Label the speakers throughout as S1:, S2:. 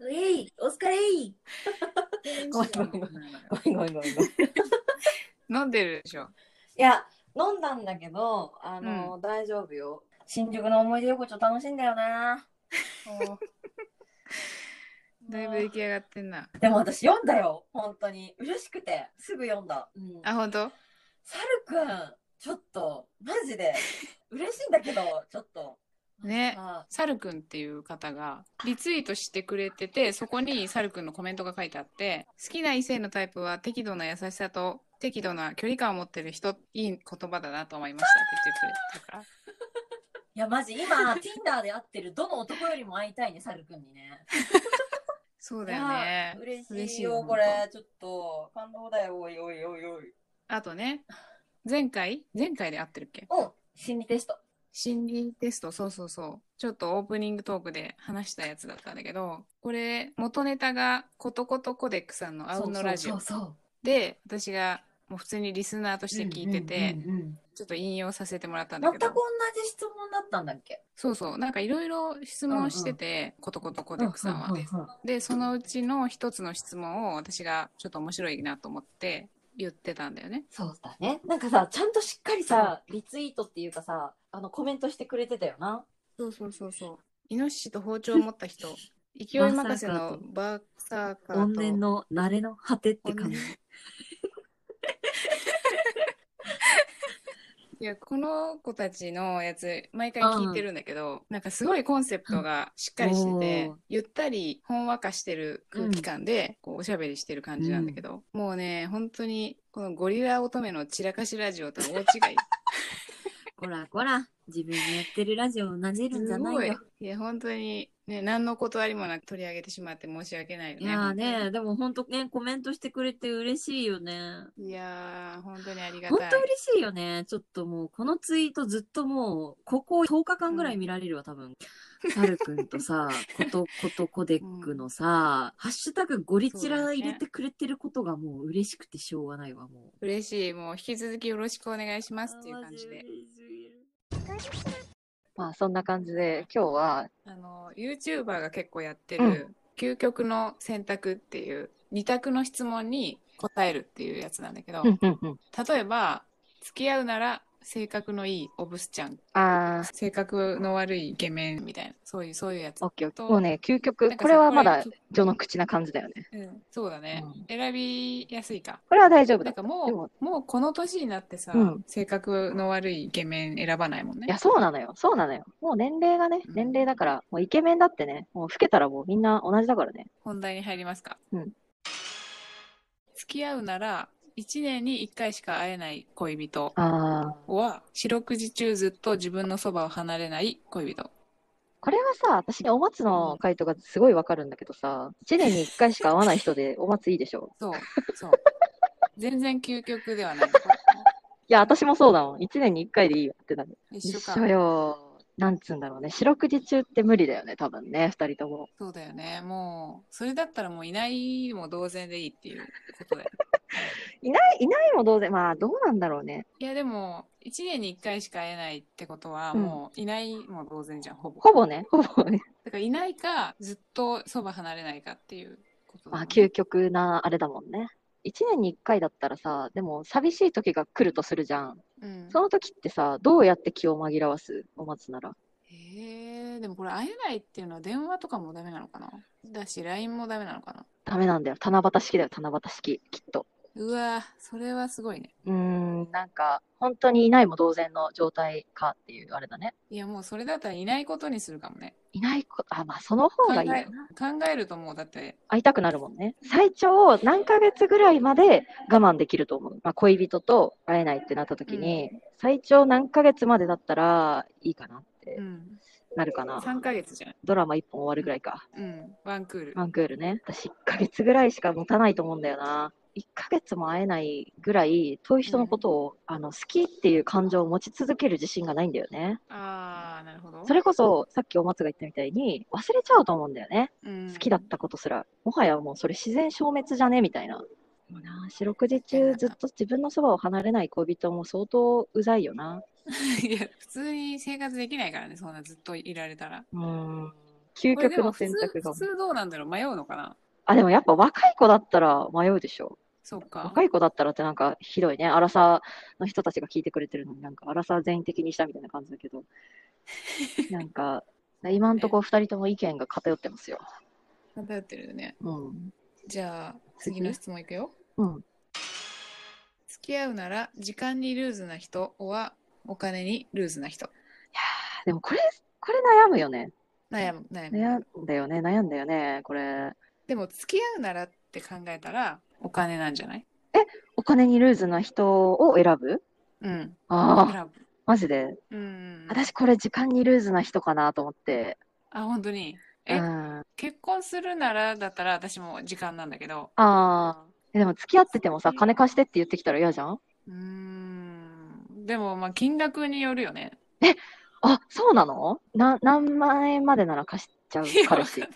S1: うえいお疲れい
S2: ごめんごめんごめんごめんごめんごめん。
S3: 飲んでるでしょ。
S2: いや、飲んだんだけど、あの、大丈夫よ。新宿の思い出横丁楽しいんだよ な。もう
S3: だいぶ出来上がってんな。
S2: でも私読んだよ、本当に。嬉しくて、すぐ読んだ。うん、
S3: あ、本当
S2: サルくん、ちょっと、マジで、嬉しいんだけど、ちょっと。
S3: ね
S2: なんか
S3: サルくんっていう方がリツイートしてくれてて、そこにサルくんのコメントが書いてあって、好きな異性のタイプは適度な優しさと適度な距離感を持ってる人、いい言葉だなと思いましたって言ってくれたから。
S2: いや、マジ、今、Tinder で会ってるどの男よりも会いたいね、サルくんにね。
S3: そうだよね
S2: いや。嬉しいよ、
S3: 嬉しいよ
S2: これ。ちょっと、感動だよ、おいおいおいおい。
S3: あとね、前回前回で合ってるっけ
S2: うん、心理テスト。
S3: 心理テスト、そうそうそう。ちょっとオープニングトークで話したやつだったんだけど、これ、元ネタがことことコデックさんの青のラジオ
S2: そうそうそう
S3: で、私がもう普通にリスナーとして聞いてて、
S2: うんうんうんうん
S3: ちょっと引用させてもらったんだ
S2: 全
S3: け
S2: く同
S3: ど、
S2: じ質問だったんだっけ
S3: そうそう、なんかいろいろ質問してて、ことことコデックさんは。
S2: うううう
S3: で、そのうちの一つの質問を私がちょっと面白いなと思って言ってたんだよね。
S2: そうだね。なんかさ、ちゃんとしっかりさ、リツイートっていうかさ、あの、コメントしてくれてたよな。
S3: そうそうそうそう。イノシシと包丁を持った 人、勢い任せのバーサーカー
S1: 怨
S3: と。
S1: 念の慣れの果てって感じ。
S3: いやこの子たちのやつ毎回聞いてるんだけど、なんかすごいコンセプトがしっかりしてて、
S1: うんおー
S3: ゆったりほんわかしてる空気感で、こうおしゃべりしてる感じなんだけど、もうね本当にこの「ゴリラ乙女の散らかしラジオ」と 大違い
S1: こらこら、自分のやってるラジオをなじるんじゃ
S3: す
S1: な
S3: ご
S1: い
S3: い
S1: よ。
S3: いや本当にね何の断りもなく取り上げてしまって申し訳ないよ
S1: い
S3: ね。
S1: やーね、でも本当ね、コメントしてくれて嬉しいよね。
S3: いやー本当にありが
S1: 本
S3: たい
S1: 当。嬉しいよね。ちょっともう、このツイートずっともう、ここ10日間ぐらい見られるわ、多分。サルくんと さ、ことことコデックのさ、ハッシュタグゴリチ
S3: そう
S1: ラ
S3: だね
S1: 入れてくれてることがもう嬉しくてしょうがないわ、もう。
S3: 嬉しい。もう引き続きよろしくお願いしますっていう感じで。
S2: まあ、そんな感じで、今日は、
S3: あの、YouTuber が結構やって
S2: う
S3: る、究極の選択っていう、二択の質問に答えるっていうやつなんだけど、
S2: うんうんうん。
S3: 例えば、付き合うなら、性格のいいオブスちゃん、
S2: あー、
S3: 性格の悪いイケメンみたいな、そういう、そういうやつ。
S2: オッケーオッケ
S3: と
S2: ー。もうね、究
S3: な
S2: 極、
S3: んか
S2: こ
S3: さ
S2: れはまだ
S3: これちょ
S2: 序の口な感じだよね。
S3: うん、そうだね、
S2: うん
S3: 選びやすいか。
S2: これは大丈夫だ
S3: なん
S2: った。で
S3: かも
S2: も
S3: う、もうこの年になってさ、
S2: うん
S3: 性格の悪いイケメン選ばないもんね
S2: い。や、そうなのよ。そうなのよ。もう年齢がね、
S3: うん
S2: 年齢だから、もうイケメンだってね、もう老けたらもうみんな同じだからね。
S3: 本題に入りますか。
S2: うん
S3: 付き合うなら、1年に1回しか会えない恋人。
S2: あー。
S3: は四六時中ずっと自分のそばを離れない恋人
S2: これはさ、私ね、お松の回答がすごいわかるんだけどさ、1年に1回しか会わない人でお松いいでしょ。
S3: そうそう 全然究極で はない
S2: いや、私もそうだもん。1年に1回でいいよってなる。
S3: 一
S2: 一
S3: 緒か
S2: 緒よ。なんつうんだろうね。四六時中って無理だよね、多分ね、2人とも。
S3: そうだよねもうそれだったらもういないも同然でいいっていうこ とで
S2: いないも同然、まあ、どうなんだろうね。
S3: いやでも一年に一回しか会えないってことは
S2: うん
S3: もういないも同然じゃんほぼ
S2: ほぼね、ほぼね。
S3: だからいないかずっとそば離れないかっていうことだ
S2: ま
S3: よ
S2: あ、
S3: ね
S2: 究極なあれだもんね。1年に1回だったらさ、でも寂しい時が来るとするじゃん。
S3: うん
S2: その時ってさ、どうやって気を紛らわすお松なら。
S3: へえでもこれ会えないっていうのは電話とかもダメなのかなだし LINE もダメなのかな
S2: ダメなんだよ。七夕式だよ、七夕式、きっと。
S3: うわそれはすごいね
S2: うーん、なんか、本当にいないも同然の状態かっていうあれだね。
S3: いやもうそれだったらいないことにするかもね。
S2: いないこあ、まあ、その方がいいよ
S3: 考
S2: な
S3: え。考えるともうだって
S2: 会いたくなるもんね。最長何ヶ月ぐらいまで我慢できると思う。まあ、恋人と会えないってなった時に、最長何ヶ月までだったらいいかなって
S3: うん、
S2: なるかな。
S3: 3ヶ月じゃん。
S2: ドラマ1本終わるぐらいか。
S3: うん、ワンクール。
S2: ワンクールね。私1ヶ月ぐらいしか持たないと思うんだよな。1ヶ月も会えないぐらい、遠い人のことを、あの好きっていう感情を持ち続ける自信がないんだよね。
S3: ああ、なるほど。
S2: それこそ、さっきお松が言ったみたいに、忘れちゃうと思うんだよね。
S3: うん、
S2: 好きだ ったことすら、もはやもうそれ自然消滅じゃねみたいな。もうな四六時中ずっと自分のそばを離れない恋人も相当うざいよな。
S3: いや、普通に生活できないからね、そんなずっといられたら。
S2: うーん。究
S3: これで
S2: 極
S3: も
S2: の
S3: 普
S2: 選
S3: 通
S2: 択
S3: 普
S2: が。
S3: 通どうなんだろう迷うのかな
S2: あ、でもやっぱ若い子だったら迷うでしょ。
S3: そうか
S2: 若い子だったらってなんかひどいね。アラサーの人たちが聞いてくれてるのになんかアラサー全員的にしたみたいな感じだ けど。なんか、今んとこ二人とも意見が偏ってますよ。
S3: 偏ってるよね
S2: うん。
S3: じゃあ
S2: 次
S3: 次の質問いくよ
S2: うん。
S3: 付き合うなら時間にルーズな人はお金にルーズな人
S2: でもこれ、これ悩むよね。
S3: 悩む悩む
S2: 悩んだよね、悩んだよね、これ。
S3: でも付き合うならって考えたらお金なんじゃない
S2: お金にルーズな人を選ぶ
S3: うん
S2: ああ、
S3: 選
S2: マジで。
S3: ぶうん
S2: 私これ時間にルーズな人かなと思って。
S3: あ本当に
S2: う
S3: え、
S2: ん。あ
S3: 結婚するならだったら私も時間なんだけど
S2: あ。えでも付き合っててもさ、金貸してって言ってきたら嫌じゃん
S3: うーんでもまあ金額によるよね
S2: あ、そうなのな、何万円までなら貸しちゃう彼氏。
S3: わ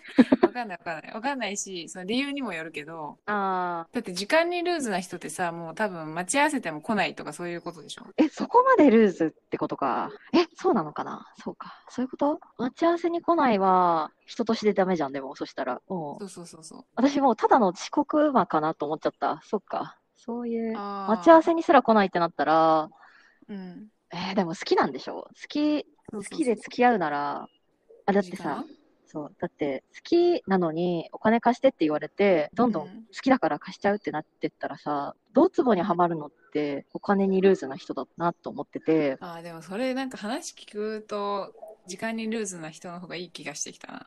S3: かんないわかんないわかんないしその理由にもよるけど
S2: ああ。
S3: だって時間にルーズな人ってさもう多分待ち合わせても来ないとかそういうことでしょ
S2: え、そこまでルーズってことか。え、そうなのかなそうか。そういうこと待ち合わせに来ないは、人としてダメじゃん、でも、そしたら。もう
S3: そうそうそうそう
S2: 私もうただの遅刻馬かなと思っちゃった。そっか。そういう。
S3: あー
S2: 待ち合わせにすら来ないってなったら、
S3: うん
S2: えーでも好きなんでしょ好き、
S3: そ
S2: 好
S3: うそうそう
S2: きで付き合うなら、あ、だって
S3: 時間
S2: さ、そう、だって好きなのにお金貸してって言われて、どんど
S3: うんん
S2: 好きだから貸しちゃうってなってったらさ、どつぼにはまるのってお金にルーズな人だなと思ってて、
S3: あーでもそれなんか話聞くと時間にルーズな人の方がいい気がしてきた な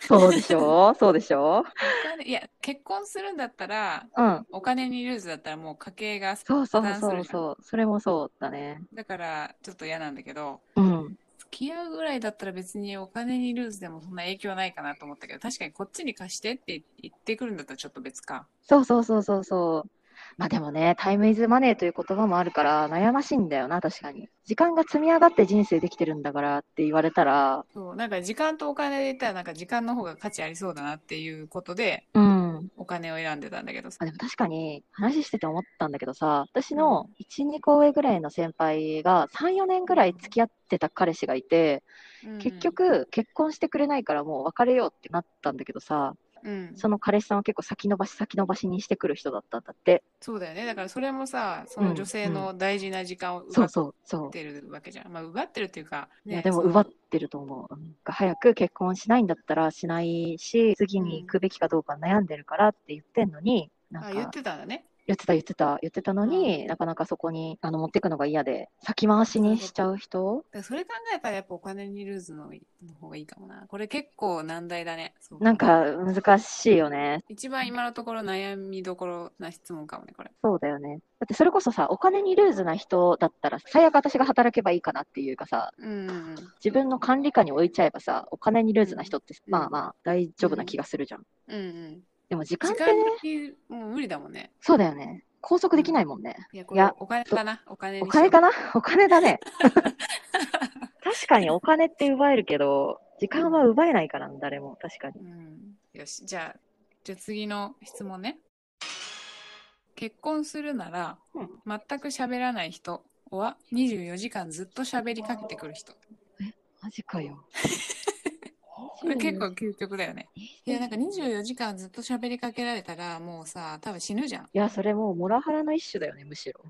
S2: そうでしょ そうでしょ
S3: お金いや結婚するんだったら
S2: うん。
S3: お金にルーズだったらもう家計が
S2: そうそう
S3: 負担す
S2: そ
S3: る
S2: う
S3: じゃん
S2: そう。それもそうだね。
S3: だからちょっと嫌なんだけど
S2: うん。
S3: 付き合うぐらいだったら別にお金にルーズでもそんな影響ないかなと思ったけど確かにこっちに貸してって言ってくるんだったらちょっと別か
S2: そうそうそうそうそう。まあでもね、タイムイズマネーという言葉もあるから悩ましいんだよな、確かに。時間が積み上がって人生できてるんだからって言われたら、
S3: そうなんか時間とお金で言ったらなんか時間の方が価値ありそうだなっていうことで
S2: うん。
S3: お金を選んでたんだけどさ
S2: あ、でも確かに話してて思ったんだけどさ、私の1、2個上ぐらいの先輩が3、4年ぐらい付き合ってた彼氏がいて、結、局結婚してくれないからもう別れようってなったんだけどさ、
S3: うんうん
S2: その彼氏さんは結構先延ばし先延ばしにしてくる人だったんだって。
S3: そうだよねだからそれもさその女性の大事な時間を
S2: そ
S3: 奪
S2: う
S3: っ
S2: そうそう。
S3: てるわけじゃん、まあ奪ってるっていうか、
S2: い
S3: ね
S2: や、でも
S3: その
S2: 奪ってると思う。うん早く結婚しないんだったらしないし、次に行くべきかどうか悩んでるからって言ってんのに、なん
S3: あ言っ
S2: か
S3: てたんだね
S2: 言ってた言ってた言ってたのに、なかなかそこにあの持ってくのが嫌で先回しにしちゃう人
S3: だからそれ考えたらやっぱお金にルーズのの方がいいかもなこれ結構難題だねそう
S2: なんか難しいよね
S3: 一番今のところ悩みどころな質問かもねこれ
S2: そうだよねだってそれこそさお金にルーズな人だったら最悪私が働けばいいかなっていうかさ
S3: うんうんうん
S2: 自分の管理下に置いちゃえばさお金にルーズな人って、
S3: うん
S2: まあまあ大丈夫な気がするじゃん、
S3: うんうん
S2: でも時間っ
S3: 時
S2: て
S3: 間
S2: ね
S3: にもう無理だもんね
S2: そうだよね拘束できないもんね、
S3: いやこ
S2: い
S3: れ
S2: や
S3: お金かなお金に
S2: お金か
S3: な
S2: なお金だ ね確かにお金って奪えるけど時間は奪えないからな誰も確かに
S3: うんよしじゃあじゃあ次の質問ね結婚するなら、
S2: うん
S3: 全く喋らない人は24時間ずっと喋りかけてくる人
S2: マジかよ。
S3: これ結構究極だよねいやなんか
S2: い
S3: 24時間ずっと喋りかけられたらもうさ多分死ぬじゃ ん
S2: や、それもうモラハラの一種だよね、むしろ。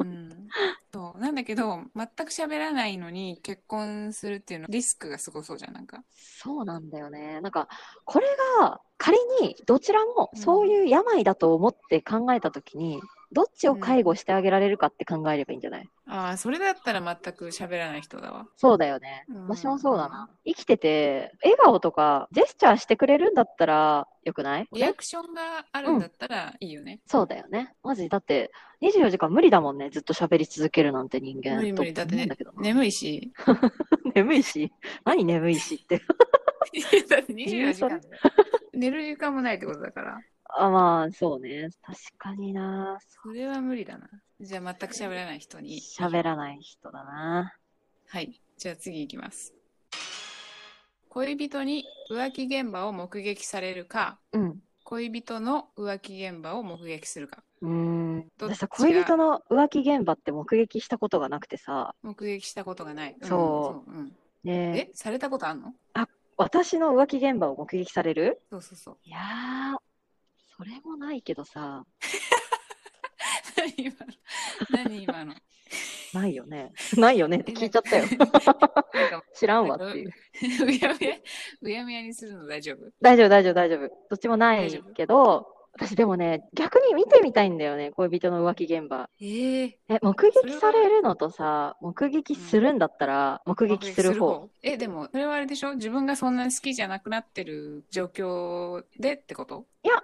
S3: うんそうなんだけど全く喋らないのに結婚するっていうのリスクがすごそうじゃんなんか
S2: そうなんだよね。なんか、これが仮にどちらもそういう病だと思って考えたときに、どっちを介護してあげられるかって考えればいいんじゃない、
S3: ああそれだったら全く喋らない人だわ
S2: そうだよね。
S3: うん
S2: 私もそうだな。生きてて、笑顔とかジェスチャーしてくれるんだったらよくない
S3: リアクションがあるんだったらいいよね、
S2: そうだよね。マジ、だって24時間無理だもんね。ずっと喋り続けるなんて人間
S3: 無理無理
S2: と
S3: だって
S2: 思うん
S3: ね
S2: だけどな。
S3: 眠いし
S2: 眠いし、何眠いしって。
S3: だって24時間寝る時間もないってことだから
S2: あ、まあ、そうね。確かにな。
S3: それは無理だなじゃあ全く喋らない人に
S2: 喋らない人だな。
S3: はいじゃあ次いきます恋人に浮気現場を目撃されるか
S2: うん。
S3: 恋人の浮気現場を目撃するか
S2: うーん。
S3: どっちが
S2: 私さ、恋人の浮気現場って目撃したことがなくてさ、
S3: 目撃したことがない。うん。
S2: そう
S3: うん、
S2: ね
S3: え、されたことあんの
S2: 私の浮気現場を目撃される
S3: そうそうそう。
S2: いやー、それもないけどさ、
S3: 何 今の何今の
S2: ないよね。 ないよねって聞いちゃったよ。
S3: なんか
S2: 知らんわっていう。
S3: うやうや、うやむやにするの大丈夫
S2: 大丈夫、大丈夫、大丈夫。どっちもな
S3: 大
S2: い
S3: 丈夫
S2: けど、私でもね、逆に見てみたいんだよね、恋人の浮気現場。
S3: ええ
S2: え、目撃されるのとさ、目撃するんだったら、目撃する方。
S3: え、でも、それはあれでしょ自分がそんなに好きじゃなくなってる状況でってこと
S2: いや、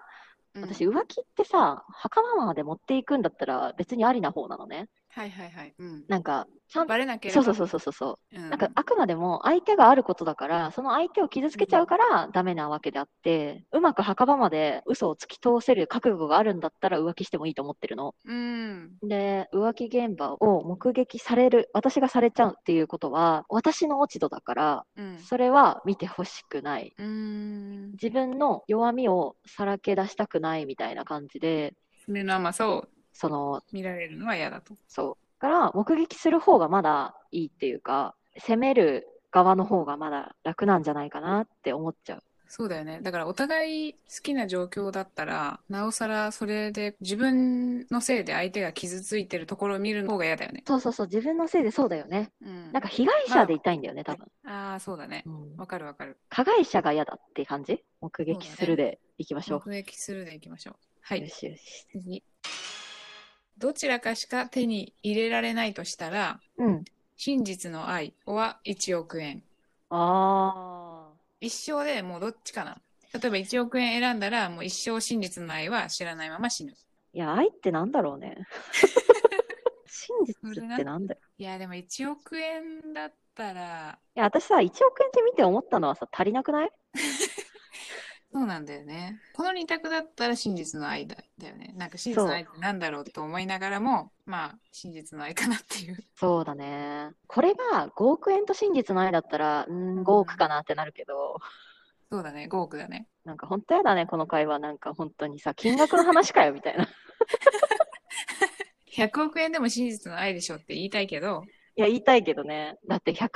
S3: うん
S2: 私、浮気ってさ、袴まで持っていくんだったら、別にありな方なのね。
S3: はいはいはい。うん。
S2: なんか、ちゃん
S3: バレなけれ
S2: そう
S3: ば。
S2: そうそうそうそうそう。
S3: うん。
S2: なんかあくまでも相手があることだから、その相手を傷つけちゃうからダメなわけであって、うまく墓場まで嘘を突き通せる覚悟があるんだったら浮気してもいいと思ってるの。
S3: うん。
S2: で、浮気現場を目撃される、私がされちゃうっていうことは、私の落ち度だから、
S3: うん。
S2: それは見てほしくない。
S3: うん。
S2: 自分の弱みをさらけ出したくないみたいな感じで、
S3: それの甘さを
S2: その、
S3: 見られるのは嫌だと。
S2: そう。から、目撃する方がまだいいっていうか、責める側の方がまだ楽なんじゃないかなって思っちゃう。
S3: そうだよね。だからお互い好きな状況だったら、なおさらそれで自分のせいで相手が傷ついてるところを見る方が嫌だよね。
S2: そうそうそう、自分のせいでそうだよね。
S3: うん。
S2: なんか被害者でいたいんだよね、多分。
S3: ああ、そうだね。わかるわかる。
S2: 加害者が嫌だって感じ目撃するでいきましょう。
S3: 目撃するでいきましょう。はい
S2: よ。しよし。
S3: 次。どちらかしか手に入れられないとしたら、
S2: うん。
S3: 真実の愛は1億円。
S2: あ
S3: 一生でもうどっちかな。例えば1億円選んだら、もう一生真実の愛は知らないまま死ぬ。
S2: ー。いや、愛ってなんだろうね。真実ってなんだよ。
S3: いや、でも1億円だったら、
S2: いや、私さ、1億円って見て思ったのはさ、足りなくない
S3: そうなんだよね。この二択だったら真実の愛だだよね。なんか真実の愛ってなんだろうと思いながらも、まあ、真実の愛かなっていう。
S2: そうだね。これが5億円と真実の愛だったら、うーん、5億かなってなるけど、
S3: そうだね、5億だね。
S2: なんか本当やだね、この会話。なんか本当にさ、金額の話かよ、みたいな。い
S3: 100億円でも真実の愛でしょって言いたいけど、
S2: や、言いたいけどね。だって100億円あ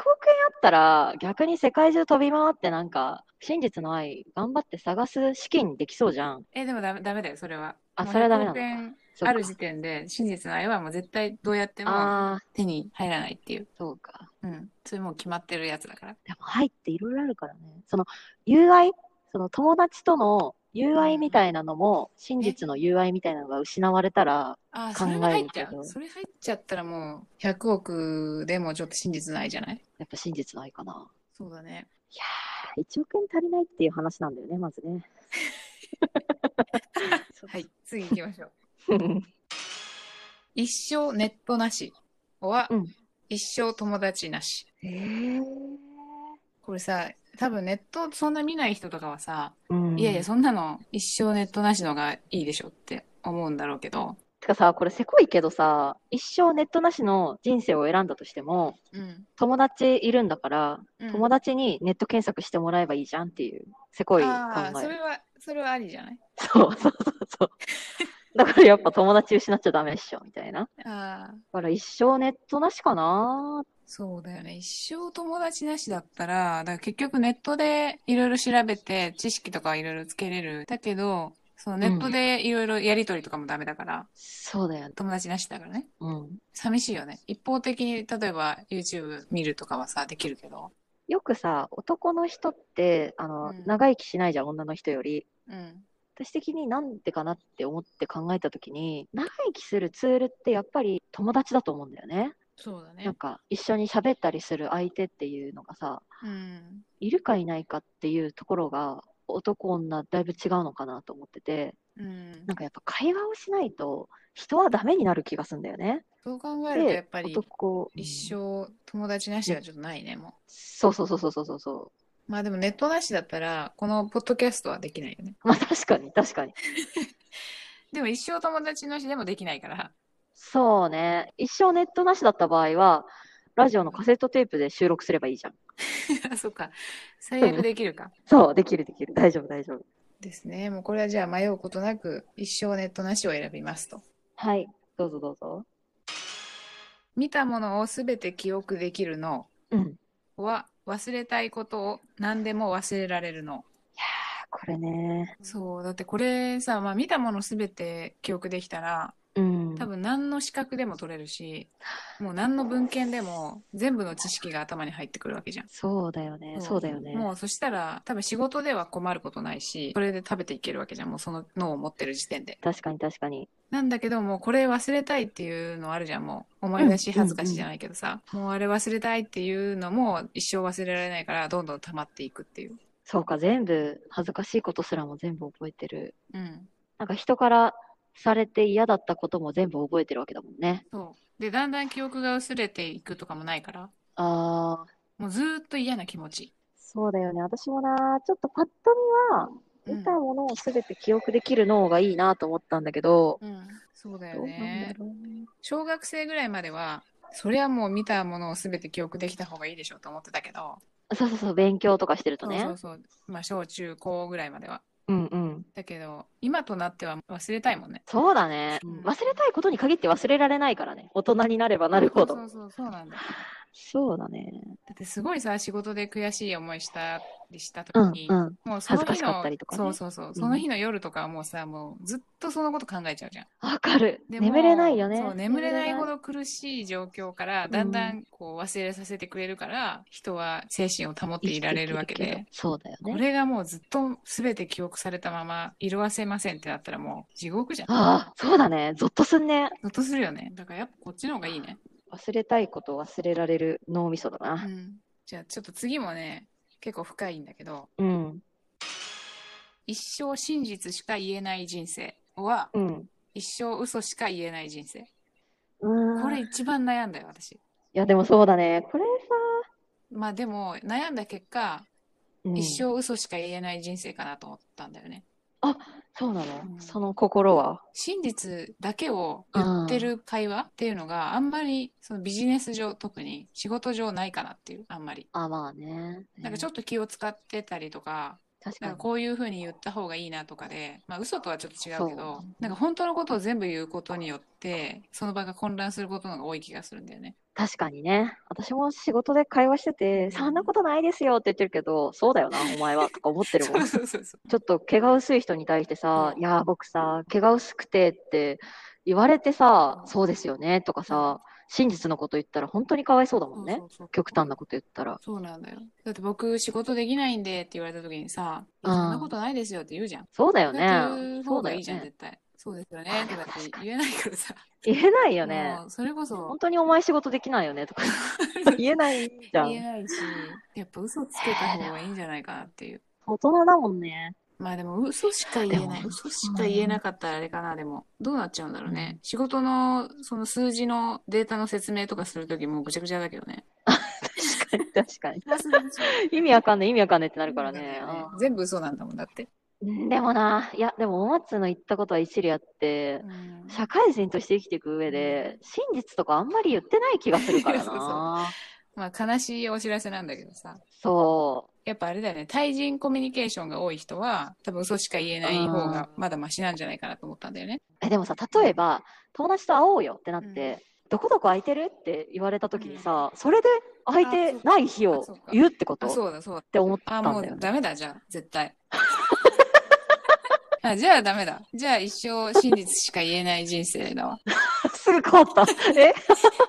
S2: ったら、逆に世界中飛び回ってなんか、真実の愛、頑張って探す資金できそうじゃん。
S3: え、でもダメダメだよ、それは。
S2: あ
S3: もう
S2: それはダメな
S3: 100
S2: のか
S3: 億円
S2: そう
S3: あ
S2: か
S3: る時点で、真実の愛はもう絶対どうやっても
S2: ああ、
S3: 手に入らないっていう。
S2: そうか。
S3: うん。それもう決まってるやつだから。
S2: でも愛っていろいろあるからね。その、友愛、その友達との友愛みたいなのも、真実の友愛みたいなのが失われたら、
S3: ああ、
S2: 考え
S3: そ
S2: る
S3: れが入っちゃ
S2: けど
S3: う。それ入っちゃったらもう、100億でもちょっと真実の愛じゃない
S2: やっぱ真実の愛かな。
S3: そうだね。
S2: いやー、1億円足りないっていう話なんだよね、まずね。
S3: はい、次行きましょう。
S2: う
S3: 一生ネットなし。おは、
S2: うん
S3: 一生友達なし。
S2: ん。え
S3: これさ、多分ネットそんな見ない人とかはさ、
S2: うん、
S3: いやいや、そんなの一生ネットなしのがいいでしょって思うんだろうけど。
S2: てかさ、これせこいけどさ、一生ネットなしの人生を選んだとしても、
S3: うん。
S2: 友達いるんだから、
S3: うん
S2: 友達にネット検索してもらえばいいじゃんっていう、せこい考
S3: ああ、それ
S2: え。
S3: は、それはありじゃない
S2: そうそうそう そう。だからやっぱ友達失っちゃダメっしょ、みたいな。だ
S3: ああ、
S2: から一生ネットなしかな
S3: そうだよね。一生友達なしだったら、だから結局ネットでいろいろ調べて、知識とかいろいろつけれる。だけど、そのネットでいろいろやりとりとかもダメだから、
S2: そうだよ。
S3: 友達なしだからね。
S2: うん。
S3: 寂しいよね。一方的に、例えば YouTube 見るとかはさ、できるけど。
S2: よくさ、男の人って、あの、
S3: うん
S2: 長生きしないじゃん、女の人より。
S3: うん。
S2: 私的になんでかなって思って考えた時に長生きするツールってやっぱり友達だと思うんだよね。
S3: そうだ
S2: なん。か一緒に喋ったりする相手っていうのがさ
S3: うん。
S2: いるかいないかっていうところが男女だいぶ違うのかなと思ってて
S3: うん
S2: なん。かやっぱ会話をしないと人はダメになる気がするんだよね。
S3: そう考えると、やっ
S2: で
S3: ぱり、
S2: 男
S3: 一生友達なしはちょっとないね、も。
S2: そうそうそうそうそうそうそう
S3: まあでもネットなしだったら、このポッドキャストはできないよね。
S2: うまあ確かに確かに
S3: でも一生友達なしでもできないから。
S2: そうね一生ネットなしだった場合はラジオのカセットテープで収録すればいいじゃん。
S3: あ そっか。最悪できるか。
S2: そうできるできる大丈夫大丈夫。
S3: ですね。もうこれはじゃあ迷うことなく、一生ネットなしを選びますと。
S2: はい、どうぞどうぞ。
S3: 見たものをすべて記憶できるの
S2: うん。
S3: は、忘れたいことを何でも忘れられるの。
S2: これね。
S3: そう、だってこれさ、まあ見たものすべて記憶できたら、
S2: うん。
S3: 多分何の資格でも取れるし、もう何の文献でも全部の知識が頭に入ってくるわけじゃん。
S2: そうだよね。そうだよね。
S3: もうそしたら多分仕事では困ることないし、それで食べていけるわけじゃん。もうその脳を持ってる時点で。
S2: 確かに確かに。
S3: なんだけどもうこれ忘れたいっていうのあるじゃん。もう思い出し恥ずかしいじゃないけどさ、もうあれ忘れたいっていうのも一生忘れられないからどんどん溜まっていくっていう。
S2: そうか、全部、恥ずかしいことすらも全部覚えてる。
S3: うん。
S2: なんか人からされて嫌だったことも全部覚えてるわけだもんね。
S3: そう。で、だんだん記憶が薄れていくとかもないから、
S2: ああ、
S3: もうずーっと嫌な気持ち。
S2: そうだよね。私もな、ちょっとパッと見
S3: う
S2: は、
S3: ん
S2: 見たものを全て記憶できる脳がいいなと思ったんだけど、
S3: うん。そうだ
S2: ど
S3: よ
S2: うなんだ
S3: ね。
S2: ろうね。
S3: 小学生ぐらいまでは、そりゃもう見たものを全て記憶できた方がいいでしょうと思ってたけど、
S2: そうそうそう、勉強とかしてると
S3: そうそ
S2: ね
S3: う。そう。まあ、小中高ぐらいまでは。
S2: うんうん。
S3: だけど、今となっては忘れたいもんね。
S2: そうだね。
S3: うん
S2: 忘れたいことに限って忘れられないからね。大人になればなるほど
S3: そ。うそうそう、そうなんだ。
S2: そうだね。
S3: だってすごいさ、仕事で悔しい思いしたりした時
S2: うん
S3: に、
S2: うん。
S3: もうそ
S2: 恥
S3: の日
S2: ずかしか
S3: の
S2: ったりとかね
S3: そうそうそう、その日の夜とかはもうさ、もうずっとそのこと考えちゃうじゃん。
S2: わかる。
S3: でも
S2: 眠れないよね。
S3: そう、眠れないほ
S2: ど。
S3: ど苦しい状況から、
S2: ん
S3: だんだんこう忘れさせてくれるから、人は精神を保っていられるわけで、。
S2: そうだよ
S3: こ
S2: ね。
S3: れがもうずっと全て記憶されたまま、色あせませんってなったらもう地獄じゃん。ゾ
S2: ああ、そうだね。ゾッとすんね。
S3: ッとするよね。だからやっぱこっちの方がいいね。
S2: 忘れたいことを忘れられる脳みそだ
S3: う
S2: な。
S3: ん。じゃあちょっと次もね、結構深いんだけど、
S2: うん。
S3: 一生真実しか言えない人生は、
S2: うん。
S3: 一生嘘しか言えない人生。
S2: うん
S3: これ一番悩んだよ、私。
S2: いや、でもそうだね。これさ、
S3: まあでも、悩んだ結果、
S2: うん
S3: 一生嘘しか言えない人生かなと思ったんだよね。
S2: そうな
S3: う
S2: の
S3: ん
S2: その心は。
S3: 真実だけを言ってる会話っていうのがあんまりそのビジネス上特に仕事上ないかなっていうあんまり。
S2: あ、まあね。
S3: なんかちょ
S2: っ
S3: っと気を使ってたりとか、
S2: と、確
S3: なん
S2: か
S3: か
S2: に。
S3: こういうふうに言った方がいいなとかで、まあ嘘とはちょっと違うけど
S2: そ、
S3: なんか本当のことを全部言うことによって、その場が混乱することの方が多い気がするんだよね。
S2: 確かにね。私も仕事で会話してて、そんなことないですよって言ってるけど、そうだよな、お前は、とか思ってる
S3: そ
S2: もん
S3: う。 そうそうそう。
S2: ちょっと毛が薄い人に対してさ、
S3: うん
S2: いやー、僕さ、毛が薄くてって言われてさ、そうですよねとかさ、真実のこと言ったら本当にかわいそうだもんね
S3: そ。うそうそう
S2: 極端なこと言ったら。
S3: そうなんだよ。だって僕仕事できないんでって言われた時にさ、いや
S2: うん
S3: そんなことないですよって言うじゃん。
S2: そうだよ
S3: そうやって言
S2: ね。
S3: う
S2: そ
S3: 方
S2: うだ
S3: が
S2: よ
S3: いいじゃん、
S2: ね。
S3: 絶対。そうですよね。とかって言えないからさ。
S2: 言えないよね。
S3: もうそれこそ
S2: 本当にお前仕事できないよねとか言えないじゃ
S3: 言え
S2: ん。
S3: ないし、やっぱ嘘つけた方がいいんじゃないかなっていう。
S2: 大人だもんね。
S3: まあでも嘘しか言えな
S2: で
S3: い。
S2: も
S3: 嘘しか言えなかったらあれかな、でも。どうなっちゃうんだろうね。仕事の、その数字のデータの説明とかするときもうぐちゃぐちゃだけどね。
S2: 確かに確かに。意味わかんない意味わかんないってなるから ね。あ
S3: 全部嘘なんだもんだって。
S2: ーでもな、いや、でもお松の言ったことは一理あって、社会人として生きていく上で、真実とかあんまり言ってない気がするから
S3: そうそう
S2: な。
S3: まあ悲しいお知らせなんだけどさ。
S2: そ
S3: やっぱあれだよね。対人コミュニケーションが多い人は、多分嘘しか言えない方がまだマシなんじゃないかなと思ったんだよね。
S2: う。え、でもさ、例えば、友達と会おうよってなって、どこどこ空いてるって言われた時にさ、それで空いてない日
S3: あ
S2: を
S3: そうか
S2: 言うってこと
S3: あ、
S2: っ
S3: そうだそうだ。
S2: て思った
S3: あ、
S2: んだ
S3: も
S2: よ
S3: う
S2: ね。
S3: ダメだ、じゃあ、絶対。 あじゃあダメだ。じゃあ一生真実しか言えない人生だわ。
S2: すぐ変わった。え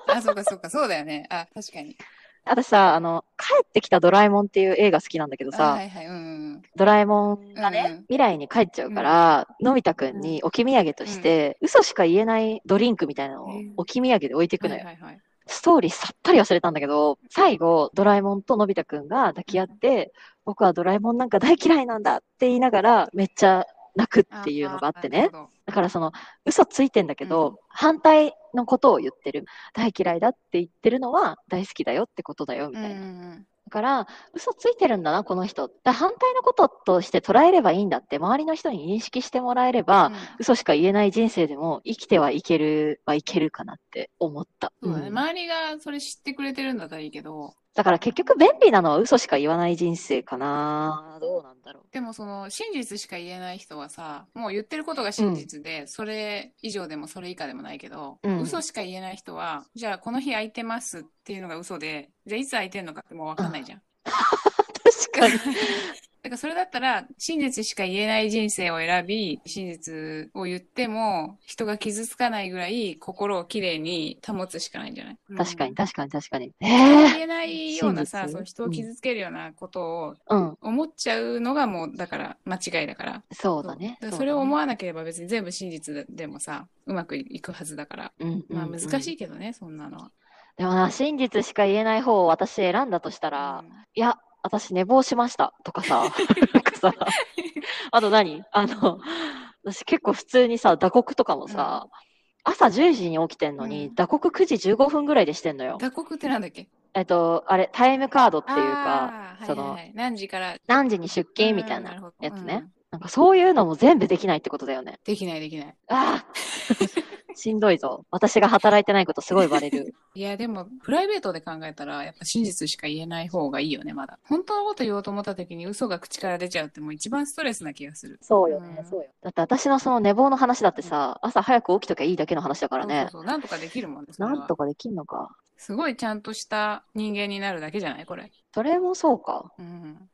S3: あ、そうかそうか、そうだよね。あ、確かに。
S2: 私さ、あの、帰ってきたドラえもんっていう映画好きなんだけど
S3: あ
S2: さ、
S3: はいはい、うんうん
S2: ドラえもんがね、
S3: うん
S2: 未来に帰っちゃうから、のび太くんに置き土産として、嘘しか言えないドリンクみたいなのを
S3: うん
S2: 置き土産で置いていうく
S3: ん。
S2: の
S3: は
S2: よ
S3: い。はいはい。
S2: ストーリーさっぱり忘れたんだけど、最後、ドラえもんとのび太くんが抱き合って、僕はドラえもんなんか大嫌いなんだって言いながら、めっちゃ泣くっていうのがあってね。。
S3: なるほ
S2: だからその、嘘ついてんだけど、
S3: うん
S2: 反対のことを言ってる。大嫌いだって言ってるのは大好きだよってことだよ、み
S3: どう
S2: た
S3: んう
S2: い
S3: ん
S2: な。
S3: うん。
S2: だから、嘘ついてるんだな、この人。だから反対のこととして捉えればいいんだって、周りの人に認識してもらえれば、
S3: うん
S2: 嘘しか言えない人生でも生きてはいけるはいけるかなって思った。
S3: そうだね。
S2: うん
S3: 周りがそれ知ってくれてるんだったらいいけど、
S2: だから結局便利なのは嘘しか言わない人生かな。どう なんだろ
S3: でもその真実しか言えない人はさ、もう言ってることが真実で、それ以上でもそれ以下でもないけど、
S2: うん
S3: 嘘しか言えない人は、じゃあこの日空いてますっていうのが嘘で、じゃあいつ空いてんのかってもうわかんないじゃん。
S2: かに。
S3: だからそれだったら、真実しか言えない人生を選び、真実を言っても、人が傷つかないぐらい心をきれいに保つしかないんじゃない
S2: 確かに、確かに、確かに。え
S3: 言
S2: え
S3: えないような
S2: 真
S3: さ、
S2: 実
S3: そう人を傷つけるようなことを
S2: うん、
S3: 思っちゃうのがもう、だから間違いだから。
S2: そうだね。
S3: それを思
S2: う
S3: わなければ別に全部真実でもさ、うまくいくはずだから。
S2: だね、うん
S3: まあ
S2: うんうん
S3: 難しいけどね、そんなのは。
S2: でもな、真実しか言えない方を私選んだとしたら、いや、私寝坊しましたとかさ、なんかさ、あと何 あの、私結構普通にさ、打刻とかもさ、朝10時に起きてんのに、
S3: うん
S2: 打刻9時15分ぐらいでしてんのよ
S3: うん。。打刻ってなんだっけ
S2: えっと、あれ、タイムカードっていうか、
S3: あー
S2: そ
S3: はい
S2: の
S3: はいはい、何時から
S2: 何時に出勤みたい
S3: うんる
S2: な
S3: ほど
S2: やつ
S3: う
S2: ね
S3: ん。
S2: なんかそういうのも全部できないってことだよね。
S3: できないできない。
S2: あ あしんどいぞ。私が働いてないことすごいバレる。
S3: いや、でも、プライベートで考えたら、やっぱ真実しか言えない方がいいよね、まだ。本当のこと言おうと思った時に嘘が口から出ちゃうってもう一番ストレスな気がする。
S2: そう
S3: よねそう
S2: よ。だって私のその寝坊の話だってさ、朝早く起きときゃいいだけの話だから
S3: そう
S2: ね
S3: そう。そう、なんとかできるもんね、それ
S2: な
S3: は
S2: んとかできんのか。
S3: すごいちゃんとした人間になるだけじゃないこれ。
S2: それもそうか。
S3: うん。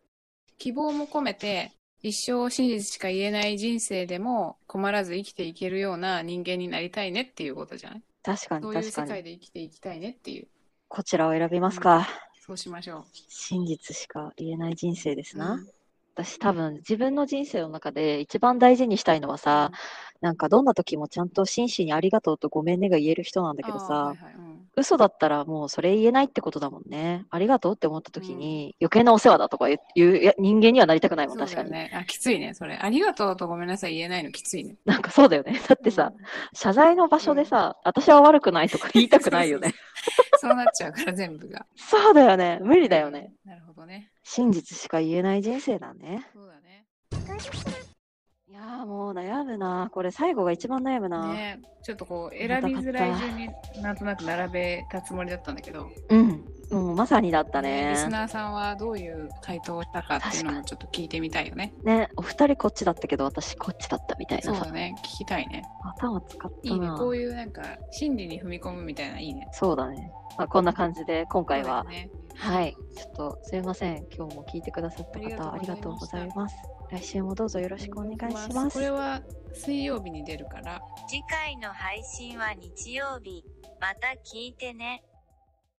S3: 希望も込めて、一生真実しか言えない人生でも困らず生きていけるような人間になりたいねっていうことじゃない
S2: 確かに
S3: そういう
S2: 確
S3: 世
S2: か
S3: 界
S2: に。
S3: で生きていきたいねっていう。
S2: こちらを選びますか。
S3: そうしましょ
S2: 真実しか言えない人生です
S3: う。
S2: な。
S3: うん
S2: 私多分自分の人生の中で一番大事にしたいのはさ、なんかどんな時もちゃんと真摯にありがとうとごめんねが言える人なんだけど
S3: あー
S2: さ
S3: はい、はいうん
S2: 嘘だったらもうそれ言えないってことだもんね。ありがとうって思った時に、余計なお世話だとか言う言ういや人間にはなりたくないもん、
S3: そう
S2: 確
S3: だ
S2: か
S3: よ
S2: に。
S3: ね。あ、きついね、それ。ありがとうとごめんなさい言えないのきついね。
S2: なんかそうだよね。だってさ、謝罪の場所でさ、私は悪くないとか言いたくない よね。
S3: そうなっちゃうから全部が。
S2: そうだよね。無理だよね。
S3: うん。なるほどね。
S2: 真実しか言えない人生だね。
S3: そうだね。
S2: いやーもう悩むな。これ最後が一番悩むな。
S3: ねちょっとこう、選びづらい順になんとなく並べたつもりだったんだけど、
S2: うん。もうまさにだった
S3: リス
S2: ね。
S3: ナーさんはどういう回答をしたかっていうのもちょっと聞いてみたいよね。
S2: ね、お二人こっちだったけど、私こっちだったみたい
S3: そ
S2: な
S3: う
S2: さ
S3: だ。ね。聞きたいね。
S2: 頭使った
S3: いいね。
S2: な。
S3: こういうなんか、心理に踏み込むみたいないいね。
S2: そうだね。まあ、こんな感じで今回は
S3: そうだね
S2: はい、ちょっとすいません、今日も聞いてくださった方
S3: あ
S2: あ
S3: り
S2: り
S3: が
S2: がと
S3: とう
S2: う
S3: ご
S2: ご
S3: ざ
S2: ざ
S3: い
S2: います。来週もどうぞよろしくお願いします
S3: こ。れは水曜日に出るから、
S4: 次回の配信は日曜日。また聞いてね。